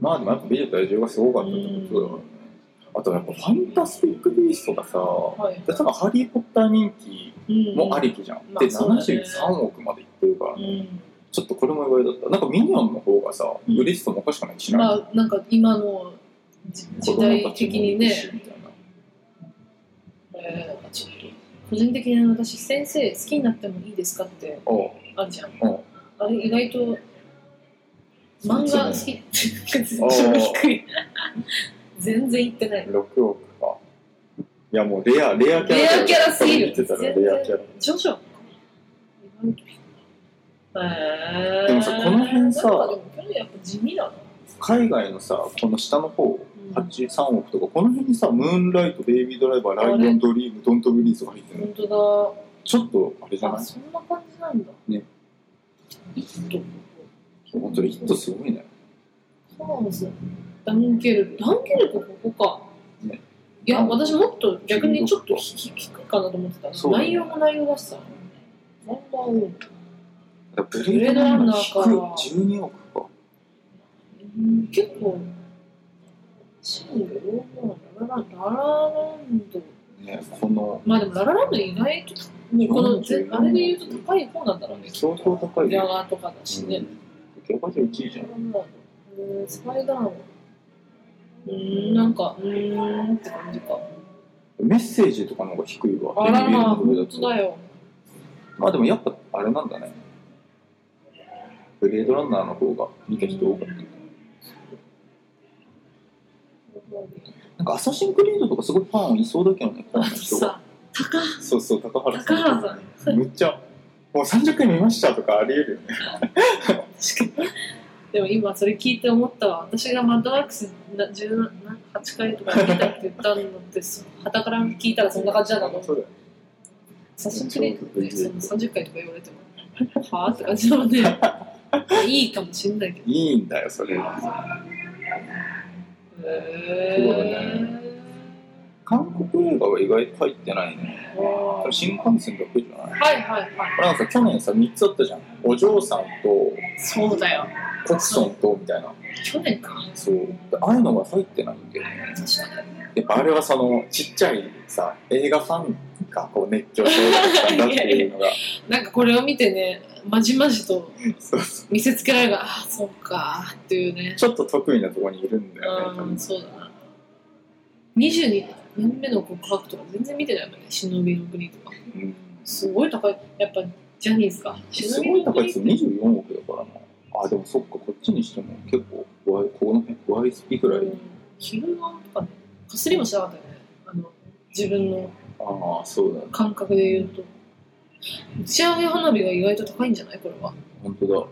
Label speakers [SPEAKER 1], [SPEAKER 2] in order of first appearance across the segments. [SPEAKER 1] まあでもやっぱ美女と野獣がすごかったってことだからね。あとやっぱファンタスティック・ビーストがさ、
[SPEAKER 2] はい
[SPEAKER 1] で多分ハリー・ポッター人気
[SPEAKER 2] うん
[SPEAKER 1] もありきじゃん。
[SPEAKER 2] うんまあ
[SPEAKER 1] で、
[SPEAKER 2] そうだね
[SPEAKER 1] 73億までいってるから
[SPEAKER 2] う
[SPEAKER 1] ね、
[SPEAKER 2] ん
[SPEAKER 1] ちょっとこれも意外だった。なんかミニオンの方がさ、
[SPEAKER 2] うん
[SPEAKER 1] 売れててもおかしくないしない。
[SPEAKER 2] まあなんか今のじ時代的に
[SPEAKER 1] 子供たちもいるし
[SPEAKER 2] ね、
[SPEAKER 1] みたいな
[SPEAKER 2] えーちょっと個人的に私先生好きになってもいいですかって
[SPEAKER 1] おう
[SPEAKER 2] あるじゃん
[SPEAKER 1] うん
[SPEAKER 2] あれ意外と漫画好きってちょっ とびっくり全然言ってない
[SPEAKER 1] 6億か。いやもうレア、レアキャラ
[SPEAKER 2] レアキャラすぎる
[SPEAKER 1] 見てたらレアキャラ。
[SPEAKER 2] 徐々へー
[SPEAKER 1] でもさこの辺さ
[SPEAKER 2] なんかでも去年やっぱ地味だな
[SPEAKER 1] 海外のさ、この下の方、
[SPEAKER 2] うん
[SPEAKER 1] 83億とか、この辺にさ、ムーンライト、ベイビードライバー、ライ
[SPEAKER 2] あ
[SPEAKER 1] オ
[SPEAKER 2] れ
[SPEAKER 1] ンドリーム、ドントブリーズが入ってるの。
[SPEAKER 2] 本当
[SPEAKER 1] ちょっと、あれじゃ
[SPEAKER 2] だあ
[SPEAKER 1] ない
[SPEAKER 2] そんな感じなんだ
[SPEAKER 1] ね
[SPEAKER 2] いいと思う
[SPEAKER 1] 本当にヒットすごいね。
[SPEAKER 2] そうなんですよ。ダンケルク。ダンケルクここか。
[SPEAKER 1] ね
[SPEAKER 2] いや、
[SPEAKER 1] うん
[SPEAKER 2] 私もっと逆にちょっとひひ低いかなと思ってた。
[SPEAKER 1] そう
[SPEAKER 2] 内容も内容だしさ。ナンバーワン
[SPEAKER 1] ブ
[SPEAKER 2] レードランナーか
[SPEAKER 1] 12億か。
[SPEAKER 2] うん結構、シーンが多いな。ララララランド。
[SPEAKER 1] ね、この、
[SPEAKER 2] まあでもララランド意外と、もうこのぜ、あれで言うと高い方なんだろうね。
[SPEAKER 1] 相当高い
[SPEAKER 2] ギャ
[SPEAKER 1] よ。
[SPEAKER 2] ガーとかだしね。
[SPEAKER 1] ギャガで1位じゃん。
[SPEAKER 2] うん、スパイダーマン。うーん、なんか、うーんって感じか。
[SPEAKER 1] メッセージとかの方が低いわ。
[SPEAKER 2] あら
[SPEAKER 1] レビュー
[SPEAKER 2] まあ、
[SPEAKER 1] の上
[SPEAKER 2] 本
[SPEAKER 1] だと
[SPEAKER 2] 当だよ。
[SPEAKER 1] まあでもやっぱ、あれなんだね。ブレードランナーの方が見た人多かった。なんかアサシンクリードとかすごいファンいそうだけどね、ファン
[SPEAKER 2] あ
[SPEAKER 1] の
[SPEAKER 2] の
[SPEAKER 1] 人が。
[SPEAKER 2] さ、高
[SPEAKER 1] そうそう、高原さ
[SPEAKER 2] 高
[SPEAKER 1] ん。
[SPEAKER 2] 原さ ん。
[SPEAKER 1] むっちゃ、もう30回見ましたとかあり得るよね。
[SPEAKER 2] 確かに。でも今それ聞いて思ったわ。私がマッドマックスな17 8回とか見たって言ったのって、はたから聞いたらそんな感じなんだと思
[SPEAKER 1] そう
[SPEAKER 2] う。
[SPEAKER 1] だよ
[SPEAKER 2] 写真撮りってその30回とか言われても、はぁって感じなので、いいかもしんないけど。
[SPEAKER 1] いいんだよ、それ。
[SPEAKER 2] へ
[SPEAKER 1] すごい
[SPEAKER 2] ぇ
[SPEAKER 1] 韓国映画は意外と入ってないね。
[SPEAKER 2] ー。わー
[SPEAKER 1] 新幹線だけじゃない
[SPEAKER 2] はいはいはい。
[SPEAKER 1] これなんかさ、去年さ、3つあったじゃん。お嬢さんと、
[SPEAKER 2] そうだよ。
[SPEAKER 1] コクソンと、みたいな。
[SPEAKER 2] 去年か。
[SPEAKER 1] そう。でああいうのが入ってないんだよね。
[SPEAKER 2] 確かに。
[SPEAKER 1] やっぱあれはその、ちっちゃいさ、映画ファンがこう熱狂して映画見たんだっていうのが。
[SPEAKER 2] なんかこれを見てね、まじまじと
[SPEAKER 1] そうそう。
[SPEAKER 2] 見せつけられるが、ああ、そうかーっていうね。
[SPEAKER 1] ちょっと得意なところにいるんだよね多
[SPEAKER 2] う
[SPEAKER 1] 分
[SPEAKER 2] ん、。そうだな。22年目の告白とか全然見てないもんね、忍びの国とか。
[SPEAKER 1] うん
[SPEAKER 2] すごい高い。やっぱジャニーズか。
[SPEAKER 1] す
[SPEAKER 2] 忍
[SPEAKER 1] ご
[SPEAKER 2] び
[SPEAKER 1] い
[SPEAKER 2] の
[SPEAKER 1] 高いで
[SPEAKER 2] 国
[SPEAKER 1] すよ、24億だからな。あ、でもそっか、こっちにしても結構、ワイここの辺、ワイスピくらい。
[SPEAKER 2] うんヒルマンとかね、かすりもしなかったよね。あの、自分の
[SPEAKER 1] ああ、そうだね。
[SPEAKER 2] 感覚で言うと。打ち上げ花火が意外と高いんじゃないこれは。
[SPEAKER 1] 本当だ、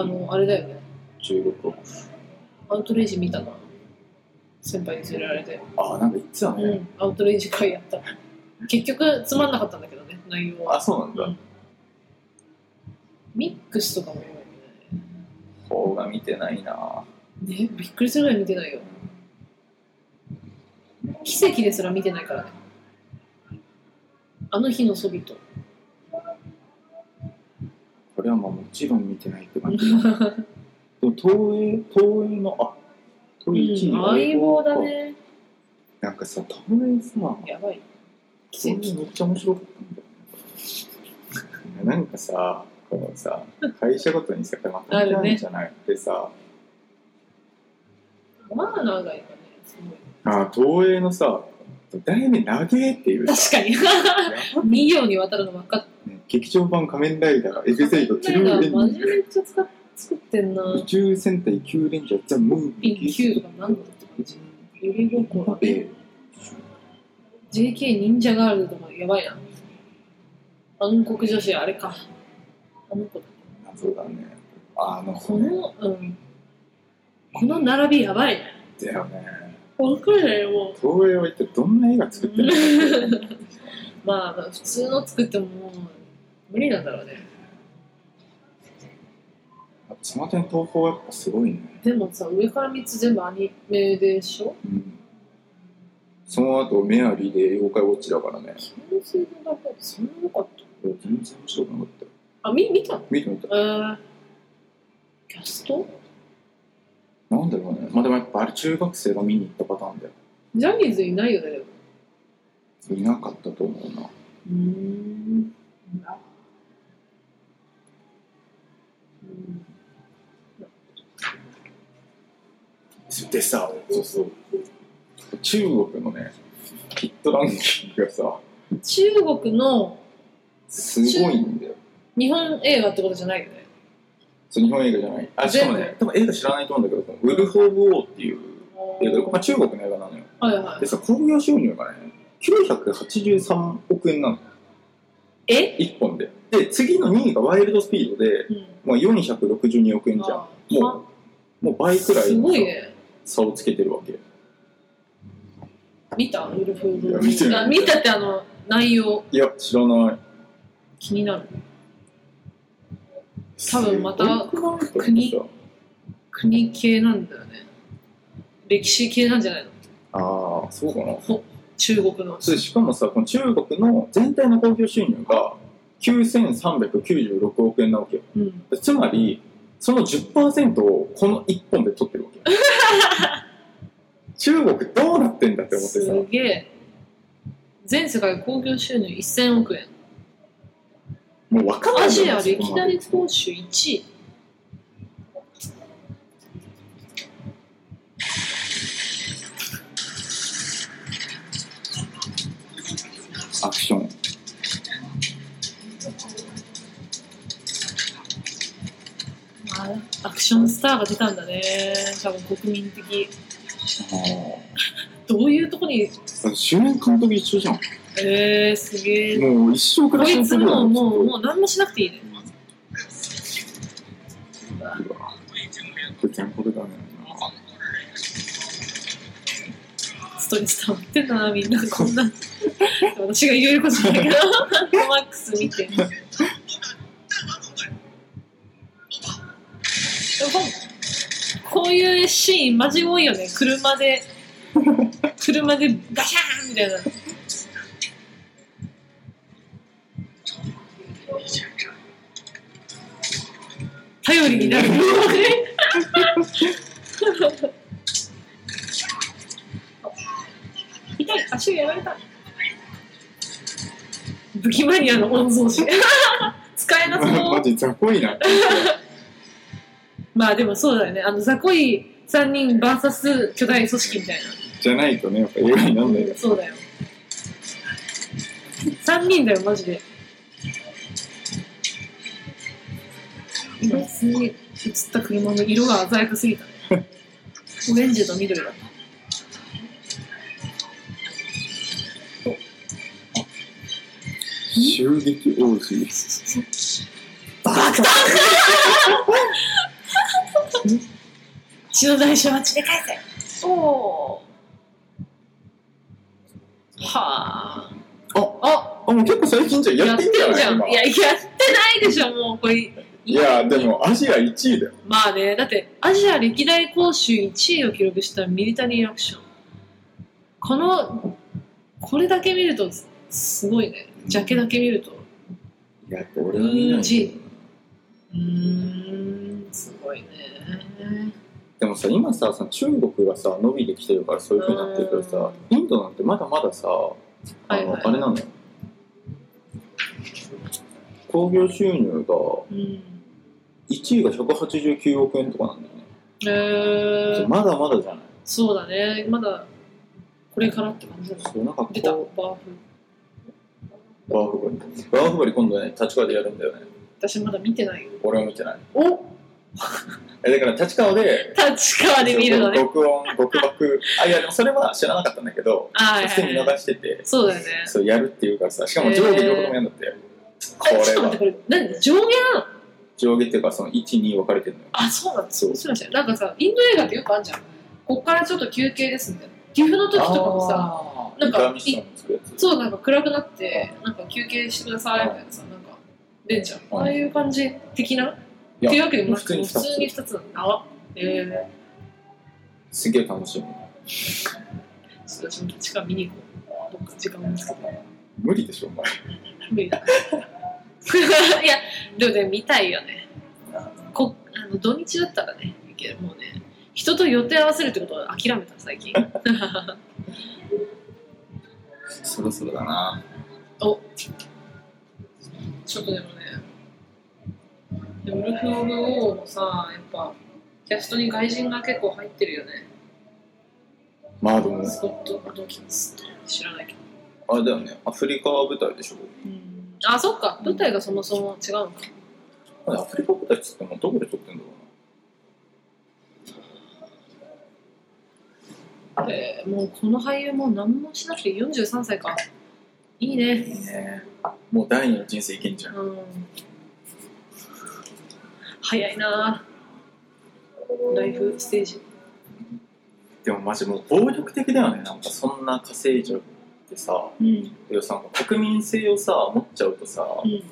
[SPEAKER 2] あの、あれだよね。
[SPEAKER 1] 16億。
[SPEAKER 2] アウトレイジ見たな。先輩に連れられて。
[SPEAKER 1] ああ、なんか言ってた
[SPEAKER 2] う
[SPEAKER 1] ね。
[SPEAKER 2] ん、アウトレイジ会やった。結局、つまんなかったんだけどね、内容は。
[SPEAKER 1] あ、そうなん
[SPEAKER 2] う
[SPEAKER 1] だ。
[SPEAKER 2] んミックスとかもね、
[SPEAKER 1] 方が見てないな。
[SPEAKER 2] ね、びっくりするぐらい見てないよ。奇跡ですら見てないからね。あの日のソビト。
[SPEAKER 1] これはまあもちろん見てないって感じ。でも、東映、東映の、あ、
[SPEAKER 2] う
[SPEAKER 1] 東映1位
[SPEAKER 2] ん、相棒だ。ね。
[SPEAKER 1] なんかさ、東映さ、
[SPEAKER 2] やばい。奇
[SPEAKER 1] 全然め
[SPEAKER 2] 跡。
[SPEAKER 1] っちゃ面白かったんだよねなんかさこの さ会社ごとにさこれまとめてあるんじゃないってさ
[SPEAKER 2] マーナーが今ね、すごい。
[SPEAKER 1] あ東映のさ「題名長え」っていう さ
[SPEAKER 2] 確かに。2行にわたるの分かっ
[SPEAKER 1] ね劇場版「仮面ライダー」「エグゼイド」「トゥルー
[SPEAKER 2] マ
[SPEAKER 1] レ
[SPEAKER 2] ジ
[SPEAKER 1] ンジ
[SPEAKER 2] でめっちゃ使っ作ってんな
[SPEAKER 1] ャー」。宇宙戦隊キューレンジャー」「ザ・ムー
[SPEAKER 2] ピ
[SPEAKER 1] ビ
[SPEAKER 2] ン
[SPEAKER 1] ー」
[SPEAKER 2] 9とかなんだって感じ。ゆりごこ
[SPEAKER 1] ええ
[SPEAKER 2] JK 忍者ガールズとかやばいな。暗黒女子あれか。あの子だ。
[SPEAKER 1] そうだねあの
[SPEAKER 2] この、うん。この並びやばいね。
[SPEAKER 1] だよね
[SPEAKER 2] わかんないよ、もう。
[SPEAKER 1] 東映は一体どんな映画作ってるのかって
[SPEAKER 2] まあ、まあ普通の作ってももう無理なんだろうね。
[SPEAKER 1] その点東宝はやっぱすごいね
[SPEAKER 2] でもさ、上から3つ全部アニメでしょ
[SPEAKER 1] うんその後メアリーで妖怪ウォッチだからね
[SPEAKER 2] その水分だけでそんな良かっ
[SPEAKER 1] 全然面白くなかったよ
[SPEAKER 2] た。あ、み見たの
[SPEAKER 1] 見てみた
[SPEAKER 2] えー、キャスト
[SPEAKER 1] なんだろうねまあでもやっぱあれ中学生が見に行ったパターンだよ
[SPEAKER 2] ジャニーズいないよねでも
[SPEAKER 1] いなかったと思うな
[SPEAKER 2] うーんあうん
[SPEAKER 1] でさそうそう中国のねヒットランキングがさ
[SPEAKER 2] 中国の
[SPEAKER 1] すごいんだよ
[SPEAKER 2] 日本映画ってことじゃないよね
[SPEAKER 1] そう日本映画じゃないあしかもね多分映画知らないと思うんだけど「ウルフ・オブ・ウォー」っていう映画で、まあ、中国の映画なのよ
[SPEAKER 2] はいは
[SPEAKER 1] でさ興行収入がね983億円なの
[SPEAKER 2] いえ
[SPEAKER 1] 1本でで次の2位がワイルドスピードで
[SPEAKER 2] うん
[SPEAKER 1] もう462億円じゃん
[SPEAKER 2] あ
[SPEAKER 1] もうもう倍くらい
[SPEAKER 2] すごい
[SPEAKER 1] の
[SPEAKER 2] ね
[SPEAKER 1] 差をつけてるわけ
[SPEAKER 2] 見たウルフル
[SPEAKER 1] いや見てない
[SPEAKER 2] あ見たってあの内容
[SPEAKER 1] いや知らない
[SPEAKER 2] 気になる多分また
[SPEAKER 1] すごくない
[SPEAKER 2] 国国系なんだよね歴史系なんじゃないの
[SPEAKER 1] ああそうかな
[SPEAKER 2] 中国の
[SPEAKER 1] そうしかもさこの中国の全体の興行収入が9396億円なわけよ
[SPEAKER 2] うん
[SPEAKER 1] つまりその10%をこの1本で取ってるわけよ中国どうなってんだって思ってさ
[SPEAKER 2] すげえ全世界興行収入1000億円
[SPEAKER 1] もう分かんない
[SPEAKER 2] ア
[SPEAKER 1] よ
[SPEAKER 2] ジア
[SPEAKER 1] そこ
[SPEAKER 2] 歴
[SPEAKER 1] まで
[SPEAKER 2] 代投手1位
[SPEAKER 1] アクション
[SPEAKER 2] アクションスターが出たんだね多分国民的どういうとこに
[SPEAKER 1] あー主演監督一緒じゃん
[SPEAKER 2] えー、すげえ
[SPEAKER 1] もう一生暮
[SPEAKER 2] こ
[SPEAKER 1] らし
[SPEAKER 2] い
[SPEAKER 1] の
[SPEAKER 2] つ
[SPEAKER 1] プロな
[SPEAKER 2] もう
[SPEAKER 1] の
[SPEAKER 2] もうもう何もしなくていいね
[SPEAKER 1] うわこれ全部だね
[SPEAKER 2] ストレス溜まってんだなみんなこんな私が言えることないけど マックス見てでもこんこういうシーンマジ多いよね車で車でガシャーンみたいな頼りになる痛い足がやられた武器マニアの御曹司 使えなそう
[SPEAKER 1] マジ雑魚いな
[SPEAKER 2] まあでもそうだよねあの雑魚い3人 VS 巨大組織みたい
[SPEAKER 1] じゃないとねやっぱ映画になんないよ
[SPEAKER 2] なそうだよ3人だよマジで今普通に映った車の色が鮮やかす ぎたオレンジと緑だった
[SPEAKER 1] 襲撃王子
[SPEAKER 2] 爆弾血の代償は血で返せおおはあ
[SPEAKER 1] あ
[SPEAKER 2] あ
[SPEAKER 1] あもう結構最近じゃんやってんじゃない今
[SPEAKER 2] いや、やってないでしょ、もう、これ。
[SPEAKER 1] いやで。もアジア1位だよ
[SPEAKER 2] まあね、だって、アジア歴代公衆1位を記録したミリタリーアクション。この、これだけ見ると、すすごいね。ジャケだけ見ると。
[SPEAKER 1] いや俺
[SPEAKER 2] は見ないうん1位うーん、すごいね。
[SPEAKER 1] でもさ今さその中国がさ伸びてきてるからそういうふうになってるけどさインドなんてまだまださあの、
[SPEAKER 2] はいはい
[SPEAKER 1] あれなのよ興行収入が
[SPEAKER 2] うん。
[SPEAKER 1] 1位が189億円とかなんだよね、
[SPEAKER 2] えー、
[SPEAKER 1] まだまだじゃない
[SPEAKER 2] そうだね。まだ、これからって感じだね。
[SPEAKER 1] そうなんかこう
[SPEAKER 2] 出た、バーフ。
[SPEAKER 1] ワーフバリワーフバリ今度ね立川でやるんだよね
[SPEAKER 2] 私まだ見てないよ。
[SPEAKER 1] 俺は見てない
[SPEAKER 2] お
[SPEAKER 1] えだから立川で
[SPEAKER 2] 立川で見るのね。
[SPEAKER 1] 極音極爆あいやでもそれは知らなかったんだけど
[SPEAKER 2] あ
[SPEAKER 1] 普通に見逃してて
[SPEAKER 2] そうだよね。
[SPEAKER 1] そうやるっていうからさしかも上下両方ともやるんだって、こ
[SPEAKER 2] えちょっ
[SPEAKER 1] れ
[SPEAKER 2] と
[SPEAKER 1] は
[SPEAKER 2] 待って、これ、何上下なの
[SPEAKER 1] 上下っていうかその12分かれてるのよ
[SPEAKER 2] あ、そうなんです
[SPEAKER 1] そう
[SPEAKER 2] すいません。なんかさ、インド映画ってよくあるじゃん。こっからちょっと休憩ですみたいな。岐阜の時とかもさ、
[SPEAKER 1] あー
[SPEAKER 2] なんか
[SPEAKER 1] インターミッションつくやつ
[SPEAKER 2] そう、なんか暗くなって、なんか休憩してくださいみたいなさ、なんか、出んじゃん。
[SPEAKER 1] うん
[SPEAKER 2] ああいう感じ的なっ
[SPEAKER 1] いや
[SPEAKER 2] ていうわけでもなく
[SPEAKER 1] 普
[SPEAKER 2] て、
[SPEAKER 1] 通に
[SPEAKER 2] 普
[SPEAKER 1] 二つ
[SPEAKER 2] 通に2つなんだ。あえ
[SPEAKER 1] すげえ楽しみ
[SPEAKER 2] ー、ちょっと私も地下見に行こう。どっか時間を見つ けて。
[SPEAKER 1] 無理でしょお前
[SPEAKER 2] 無理だ。いや、でもね、見たいよね。こあの土日だったらね、いけるもうね。人と予定合わせるってことを諦めた最近
[SPEAKER 1] そろそろだな
[SPEAKER 2] おちょっとでもねでもウルフ・オブ・オーもさやっぱキャストに外人が結構入ってるよね
[SPEAKER 1] まあでも
[SPEAKER 2] スコット・ドキンスって知らないけど、
[SPEAKER 1] あれだよねアフリカ舞台でしょ
[SPEAKER 2] うん、あそっか舞台がそもそも違うのか
[SPEAKER 1] あれアフリカ舞台っつってもどこで撮ってんだろ
[SPEAKER 2] えーもうこの俳優も何もしなくて43歳かいいね
[SPEAKER 1] うないいねもう第二の人生いけんじゃん
[SPEAKER 2] うん早いなあライフステージ
[SPEAKER 1] でもマジもう暴力的だよねなんかそんな稼いじゃってさ
[SPEAKER 2] うん
[SPEAKER 1] 要するに国民性をさ持っちゃうとさ
[SPEAKER 2] うん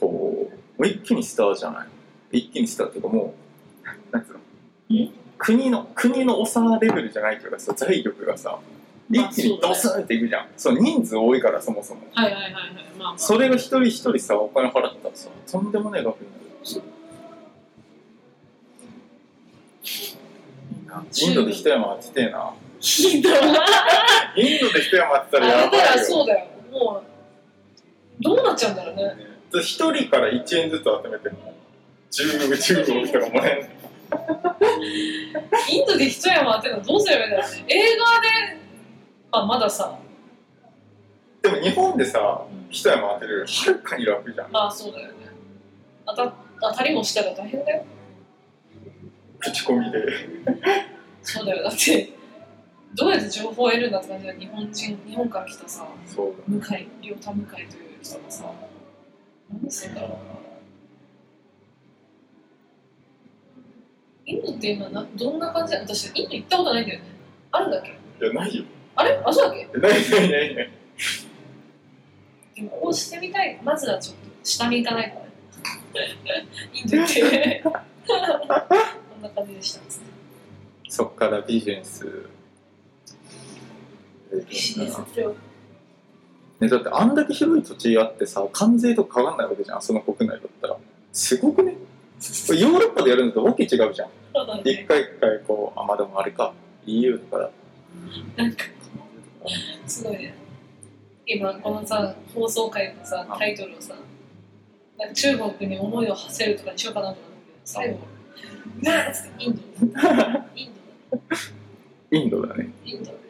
[SPEAKER 1] こうもう一気にスターじゃない一気にスターっていうかもうなんつうの
[SPEAKER 2] ん
[SPEAKER 1] 国の国の長レベルじゃないというかさ財力がさ一気にドスンっていくじゃん、そう人数多いからそもそも
[SPEAKER 2] はいはいはいはいまあまあ
[SPEAKER 1] それが一人一人さお金払ったらさとんでもない額になるいいなインドで一山当ててえな
[SPEAKER 2] ひどい
[SPEAKER 1] インドで一山当てたら
[SPEAKER 2] あ
[SPEAKER 1] や
[SPEAKER 2] れ
[SPEAKER 1] ば
[SPEAKER 2] だ
[SPEAKER 1] い
[SPEAKER 2] よ
[SPEAKER 1] よ
[SPEAKER 2] そうだよもうどうなっちゃうんだろうね
[SPEAKER 1] 一人から1円ずつ集めても10億10億とかもらえんの
[SPEAKER 2] インドで一山当てるのどうすればいいんだろうね映画であまださ
[SPEAKER 1] でも日本でさ一山当てるよりはるかに楽じゃん
[SPEAKER 2] まあそうだよね当た当たりもしたら 大変だよ
[SPEAKER 1] 口コミで
[SPEAKER 2] そうだよだってどうやって情報を得るんだって感じだよ日本人日本から来たさ
[SPEAKER 1] そう
[SPEAKER 2] 向井亮太向井という人がさ何してんだろうなインドって今などんな感じだ私インド行ったことないんだよねあるんだっけ
[SPEAKER 1] だいやないよ
[SPEAKER 2] あれあそうだっけ
[SPEAKER 1] えないないないない
[SPEAKER 2] 旅行してみたいまずはちょっと下に行かないからインド行ってこんな感じでした
[SPEAKER 1] そっからビジネス
[SPEAKER 2] ビジネスって
[SPEAKER 1] ね、だってあんだけ広い土地あってさ関税とかかかんないわけじゃんその国内だったらすごくねこれヨーロッパでやるのとわけ違うじゃん
[SPEAKER 2] そうだ
[SPEAKER 1] 一
[SPEAKER 2] ね
[SPEAKER 1] 回一回こうあまあでもあれか EU だから
[SPEAKER 2] なんかすごいね今このさ放送回のさタイトルをさなんか中国に思いを馳せるとかにしようかなと思ったけど最後「うわっ!」っつってインドインド
[SPEAKER 1] インドだね
[SPEAKER 2] インド